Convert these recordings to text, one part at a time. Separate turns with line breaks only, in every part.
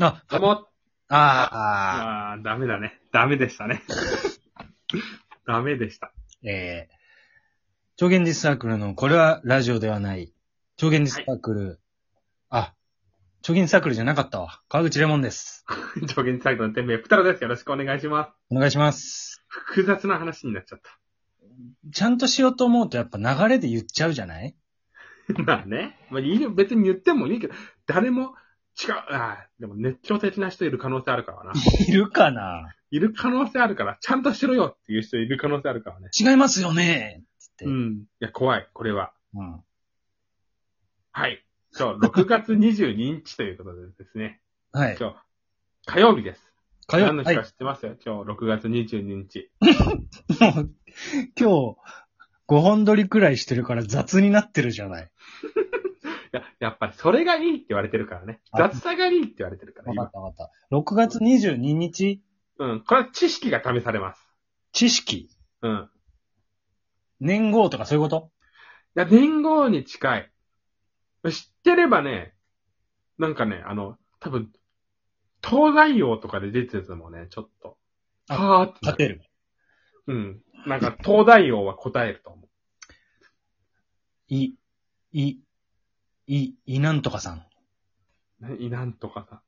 あ、
かも
あ
ああ、ダメだね。ダメでしたね。 ダメでした。
あ、えー、超現実サークルの、これはラジオではない。超現実サークル。あ、超現実サークルじゃなかったわ。川口レモンです。
超現実サイトの店名、プタロです。よろしくお願いします。
お願いします。
複雑な話になっちゃっ
ちゃんとしようと思うとやっぱ流れで言っちゃうじゃない
た。 まあね。まあいいよ。別に言ってもいいけど、誰も違う。ああ、でも熱狂的な人いる可能性あるか らな。
いるかない
る可能性あるから、ちゃんとしろよっていう人いる可能性あるからね。
違いますよねって
うん。いや、怖い。これは。
うん。
はい。そう、6月22日ということでで すね。
はい。
今日、火曜日です。
火曜
何の
は
日
い。
か知ってますよ、今日6月22日。
もう今日、5本撮りくらいしてるから雑になってるじゃない。
いや、やっぱりそれがいいって言われてるからね。
あ
雑さがいいって言われてるから、
わかっ。
今
たわかった。6月22日、
うん。これは知識が試されます。
知識、
うん。
年号とかそういうこと
いや、年号に近い。知ってればね、なんかね、あの、多分、東大王とかで出てたのもね、ちょっと。
あ
はーってな
勝てる。
うん。なんか、東大王は答えると思う。
い、い、い、いなんとかさん。
何なんとかさ。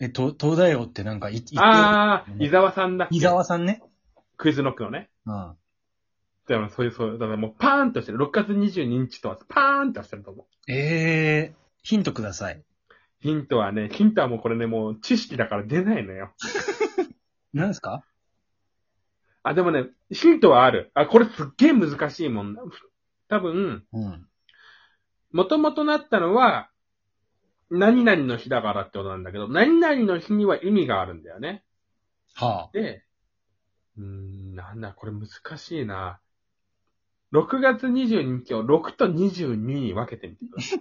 え、と東大王ってなんか、い、い、
ああ、伊沢さんだっけ
伊沢さんね。
クイズノックのね。
うん。
だからそういう、そういう、だからもうパーンとしてる。6月22日とはパーンとしてると思う。
ええヒントください。
ヒントはね、ヒントはもうこれね、もう知識だから出ないのよ。
何ですか
あ、でもね、ヒントはある。あ、これすっげえ難しいもんな。多分、
うん。
元々なったのは、何々の日だからってことなんだけど、何々の日には意味があるんだよね。
はあ。
で、うーん、なんだ、これ難しいな。6月22日を6と22に分けてみてください。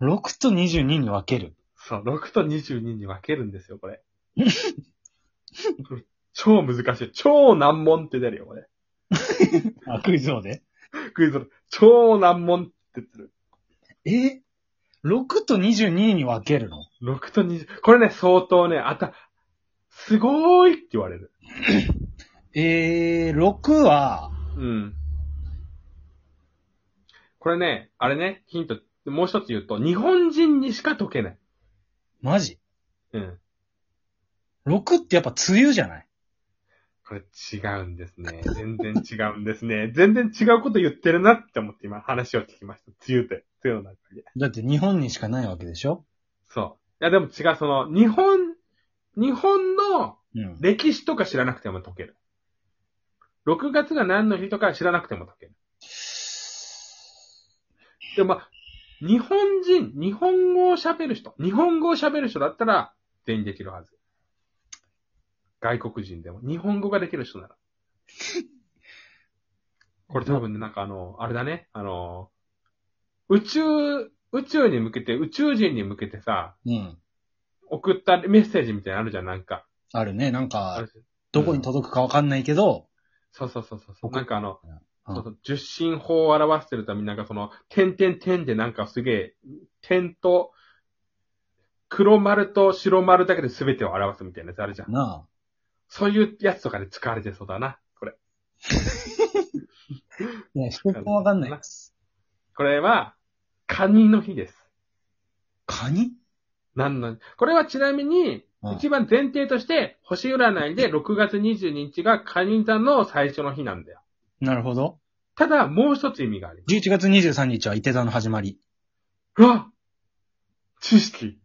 6と22に分ける。
そう、6と22に分けるんですよ、これ。超難しい。超難問って出るよ、これ。
あ、クイズ王で。
クイズの超難問って言ってる。
え6と22に分けるの
6と20。これね、相当ね、あた、すごーいって言われる。
ええ6は、
うん。これね、あれね、ヒント、もう一つ言うと、日本人にしか解けない。
マジ
うん。
?6 ってやっぱ梅雨じゃない
これ違うんですね。全然違うんですね。全然違うこと言ってるなって思って今話を聞きました。梅雨って、梅雨の中で。
だって日本にしかないわけでしょ
そう。いやでも違う、その、日本、日本の
うん。
歴史とか知らなくても解ける。6月が何の日とか知らなくても解ける。でもまあ、日本人、日本語を喋る人、日本語を喋る人だったら全員できるはず。外国人でも、日本語ができる人なら。これ多分ね、なんかあの、あれだね、あの、宇宙、宇宙に向けて、宇宙人に向けてさ、
うん。
送ったメッセージみたいなのあるじゃん、なんか。
あるね。なん
あ
か
る、
どこに届くかわかんないけど、
そうそうそうそうそう。
僕
なんかあの
う、ん
そうそう十進法を表してるためになんかその、点点点でなんかすげえ、点と、黒丸と白丸だけで全てを表すみたいなやつあるじゃん。
なあ。
そういうやつとかで使われてそうだな、これ。
いや、一つもわかんないです。
これは、カニの日です。
カニ
なんの、これはちなみに
う、ん
一番前提として、星占いで6月22日がカニ座の最初の日なんだよ。
なるほど。
ただ、もう一つ意味があります。
11月23日は伊手座の始まり。
うわ知識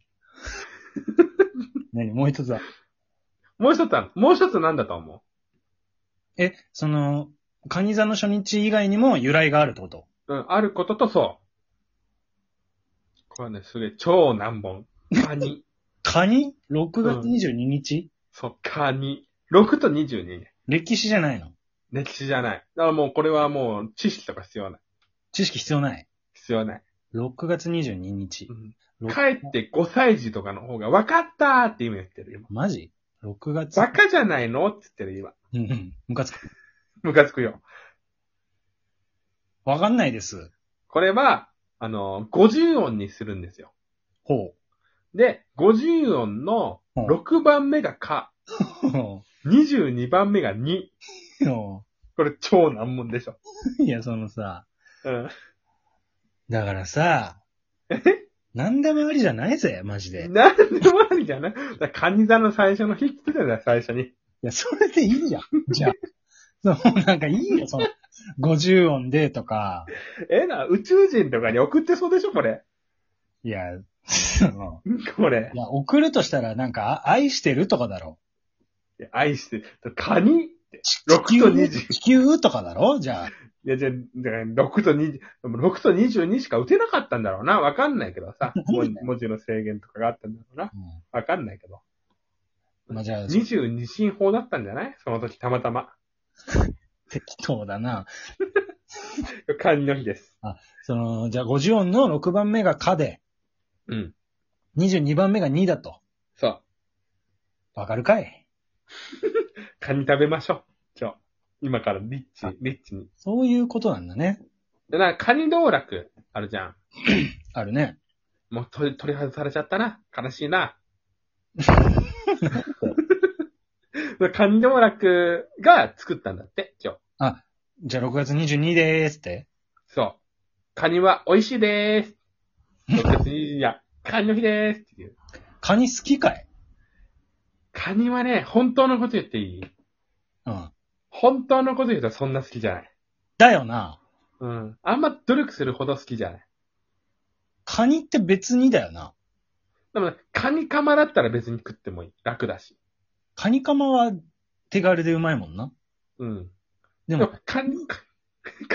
何もう一つは。
もう一つある、もう一つなんだと思
え、その、カニ座の初日以外にも由来があるってこと
ううん、あることとそう。これね、すげえ、超難問。カニ。
カニ ?6 月22日、
そう、カニ。6と22ね。
歴史じゃないの
歴史じゃない。だからもうこれはもう知識とか必要ない。
知識必要ない。
必要ない。
6月22日
う。ん
六
帰って5歳児とかの方が分かったーって今言ってる、今。
マジ ?6 月。
バカじゃないのって言ってる、今。
うんうん。ムカつく。
ムカつくよ。
わかんないです。
これは、あの、50音にするんですよ。
ほう。
で、50音の
うん
6番目がか、22番目がに。
も
これ超難問でしょ。
ういや、そのさ、
うん。
だからさ、なんでもありじゃないぜ、マジで。い
なんでもありじゃないだからカニ座の最初の日って言ってたじゃん、最初に。
や、それでいいじゃん。じゃあ。そう、なんかいいよ、その、50音でとか。
ええな、宇宙人とかに送ってそうでしょ、これ。
いや、その、
これ
い。や、送るとしたら、なんか、あ愛してるとかだろ。
愛してる。カニって。6
地球
と20。
地球とかだろじゃあ。
いや、じゃあ、だから6と20、でも6と22しか打てなかったんだろうな。わかんないけど さ。
な
文
んでだよ
文字の制限とかがあったんだろうな。
う
わかんないけど。
ん、まあ、じゃあ、
22進法だったんじゃないその時たまたま。
適当だな。
カニの日です。
その、じゃあ50音の6番目がかで、
うん。
22番目が2だと。
そう。
わかるかい
カニ食べましょう。今日。今からリッチ
あ、
リッチに。
そういうことなんだね。
でなんかカニ道楽あるじゃん。
あるね。
もう取り取り外されちゃったな。悲しい な。カニ道楽が作ったんだって、今日。
じゃあ6月22でーすって。
そう。カニは美味しいで ーす。6月22日はカニの日でーすっていう。
カニ好きかい
カニはね、本当のこと言っていい
うん。
本当のこと言うとそんな好きじゃない。
だよな。
うん。あんま努力するほど好きじゃない。
カニって別にだよな。
でもね、カニカマだったら別に食ってもいい。楽だし。
カニカマは手軽でうまいもんな。
うん。
で
で
も
も、、カニ、カ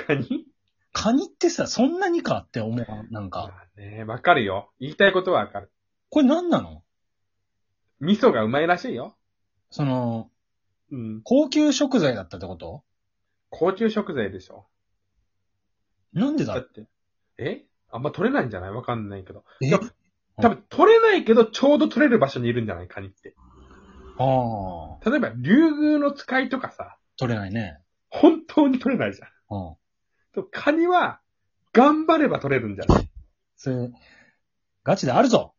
カニ
カニってさ、そんなにかって思う。なんか、
まあね、わかるよ。言いたいことはわかる。
これなんなの
味噌がうまいらしいよ。
その、
うん。
高級食材だったってこと
高級食材でしょ。
なんで
だ
だ
って。えあんま取れないんじゃないわかんないけど。
え
いや多分取れないけど、ちょうど取れる場所にいるんじゃないカニって。
ああ、
例えば、竜宮の使いとかさ、
取れないね。
本当に取れないじゃん。
うん。
でもカニは、頑張れば取れるんじゃない
それ、ガチであるぞ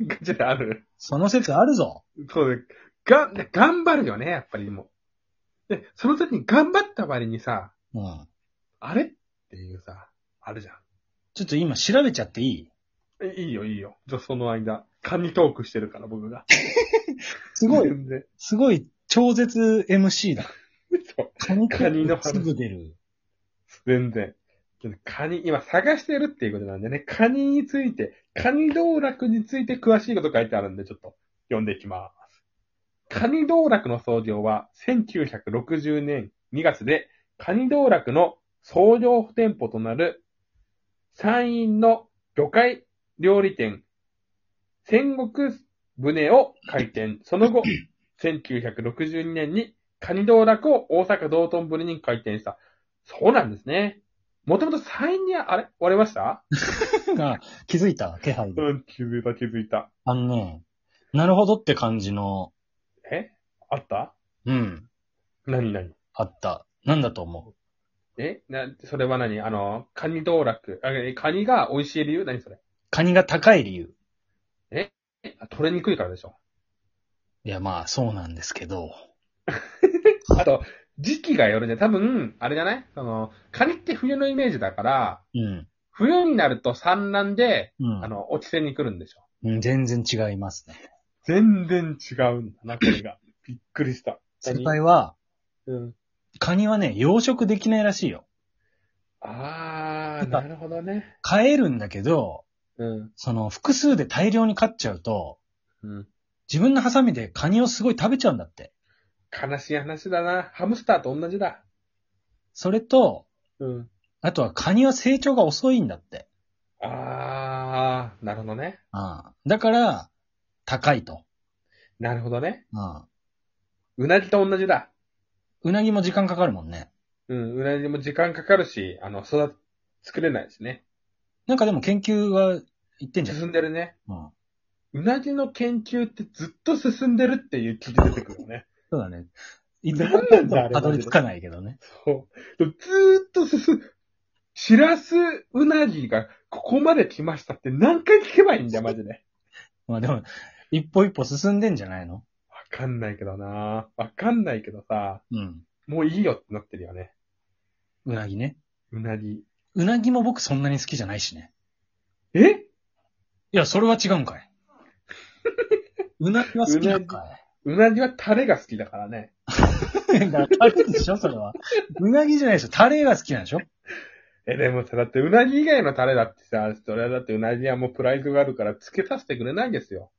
ガチである。
その説あるぞ
そうだが、頑張るよね、やっぱりもう。で、その時に頑張った割にさ、
うん。
あれっていうさ、あるじゃん。
ちょっと今調べちゃっていい
えいいよ、いいよ。じゃあその間、カニトークしてるから、僕が。
すごい、
全然。
すごい超絶 MC だ。
そう。
カニ
カニの話
すぐ出る。
全然。カニ、今探してるっていうことなんでね、カニについて、カニ道楽について詳しいこと書いてあるんで、ちょっと読んでいきます。カニ道楽の創業は1960年2月で、カニ道楽の創業店舗となる山陰の魚介料理店、戦国船を開店。その後、1962年にカニ道楽を大阪道頓堀に開店した。そうなんですね。もともと3位に、あれ割れました
あ、気づいた気配で。
ん、気づいた気づいた。
あのね、なるほどって感じの、
えあった
うん、
何何
あった。なんだと思
えな、それは何あの、カニ道楽。あえカニが美味しい理由何それ
うカニが高い理由。
えあ取れにくいからでしょ。
いや、まあ、そうなんですけど。
あと、時期がよるね。多分、あれじゃないその、カニって冬のイメージだから、
うん。
冬になると産卵で、
うん
あの、落ちてに来るんでしょ。
うん。全然違いますね。
全然違うんだな、これが。びっくりした。
先輩は、
うん。
カニはね、養殖できないらしいよ。
あ ー、なるほどね。
飼えるんだけど、
うん。
その、複数で大量に飼っちゃうと、
うん。
自分のハサミでカニをすごい食べちゃうんだって。
悲しい話だな。ハムスターと同じだ。
それと、
うん。
あとはカニは成長が遅いんだって。
あー、なるほどね。
ああだから、高いと。
なるほどね。
ああ
うなぎと同じだ。
うなぎも時間かかるもんね。
うん、うなぎも時間かかるし、あの、育、作れないですね。
なんかでも研究は言ってんじゃん。
進んでるね。
うん、
うなぎの研究ってずっと進んでるっていう記事出てくるよね。
そうだね。いつ
なんなんだあれ
たどり着かないけどね。
そう。ずーっと進む。しらすうなぎがここまで来ましたって何回聞けばいいんだよ、マジで。
まあでも、一歩一歩進んでんじゃないの
わかんないけどなわかんないけどさ、
うん。
もういいよってなってるよね。
うなぎね。
うなぎ。
うなぎも僕そんなに好きじゃないしね。
え
いや、それは違うんかい。 うなぎは好きなんか
うなぎはタレが好きだからね。
い。 だからタレでしょ、それは。うなぎじゃないでしょ。タレが好きなんでしょ
え、でもさ、だってうなぎ以外のタレだってさ、それはだってうなぎはもうプライドがあるから付けさせてくれないんですよ。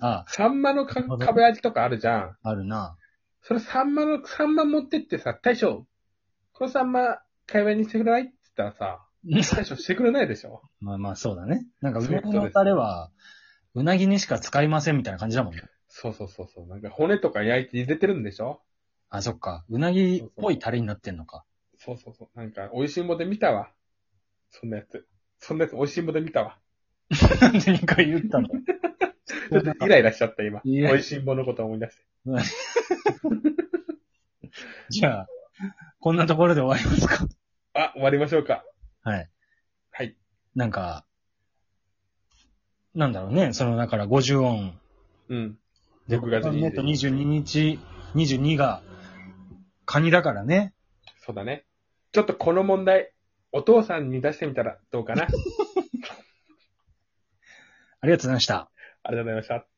あ
サンマのか
なるほど
壁焼きとかあるじゃん。
あ、あるな。
それサンマの、サンマ持ってってさ、大将、このサンマ、買い物にしてくれないって言ったらさ、大将してくれないでしょ。
まあまあ、そうだね。なんか、う
そういう
な
こ
ぎ
とです
のタレは、うなぎにしか使いませんみたいな感じだもんね。
そうそうそうそう。なんか骨とか焼いて茹でてるんでしょ
あ、そっか。うなぎっぽいタレになってんのか。
そうそうそう。なんか、美味しいもんで見たわ。そんなやつ。そんなやつ、美味しいもんで見たわ。
なんで2回言 ったの
ちょっとイライラしちゃった、今。
い
美
や
味しいものこと思い出して。
じゃあ、こんなところで終わりますか。
あ、終わりましょうか。
はい。
はい。
なんか、なんだろうね。その、だから50音。
うん。
で、
6月22日
もっと22日、22が、カニだからね。
そうだね。ちょっとこの問題、お父さんに出してみたらどうかな。あ
あり
り
がとうございました。
がとうございました。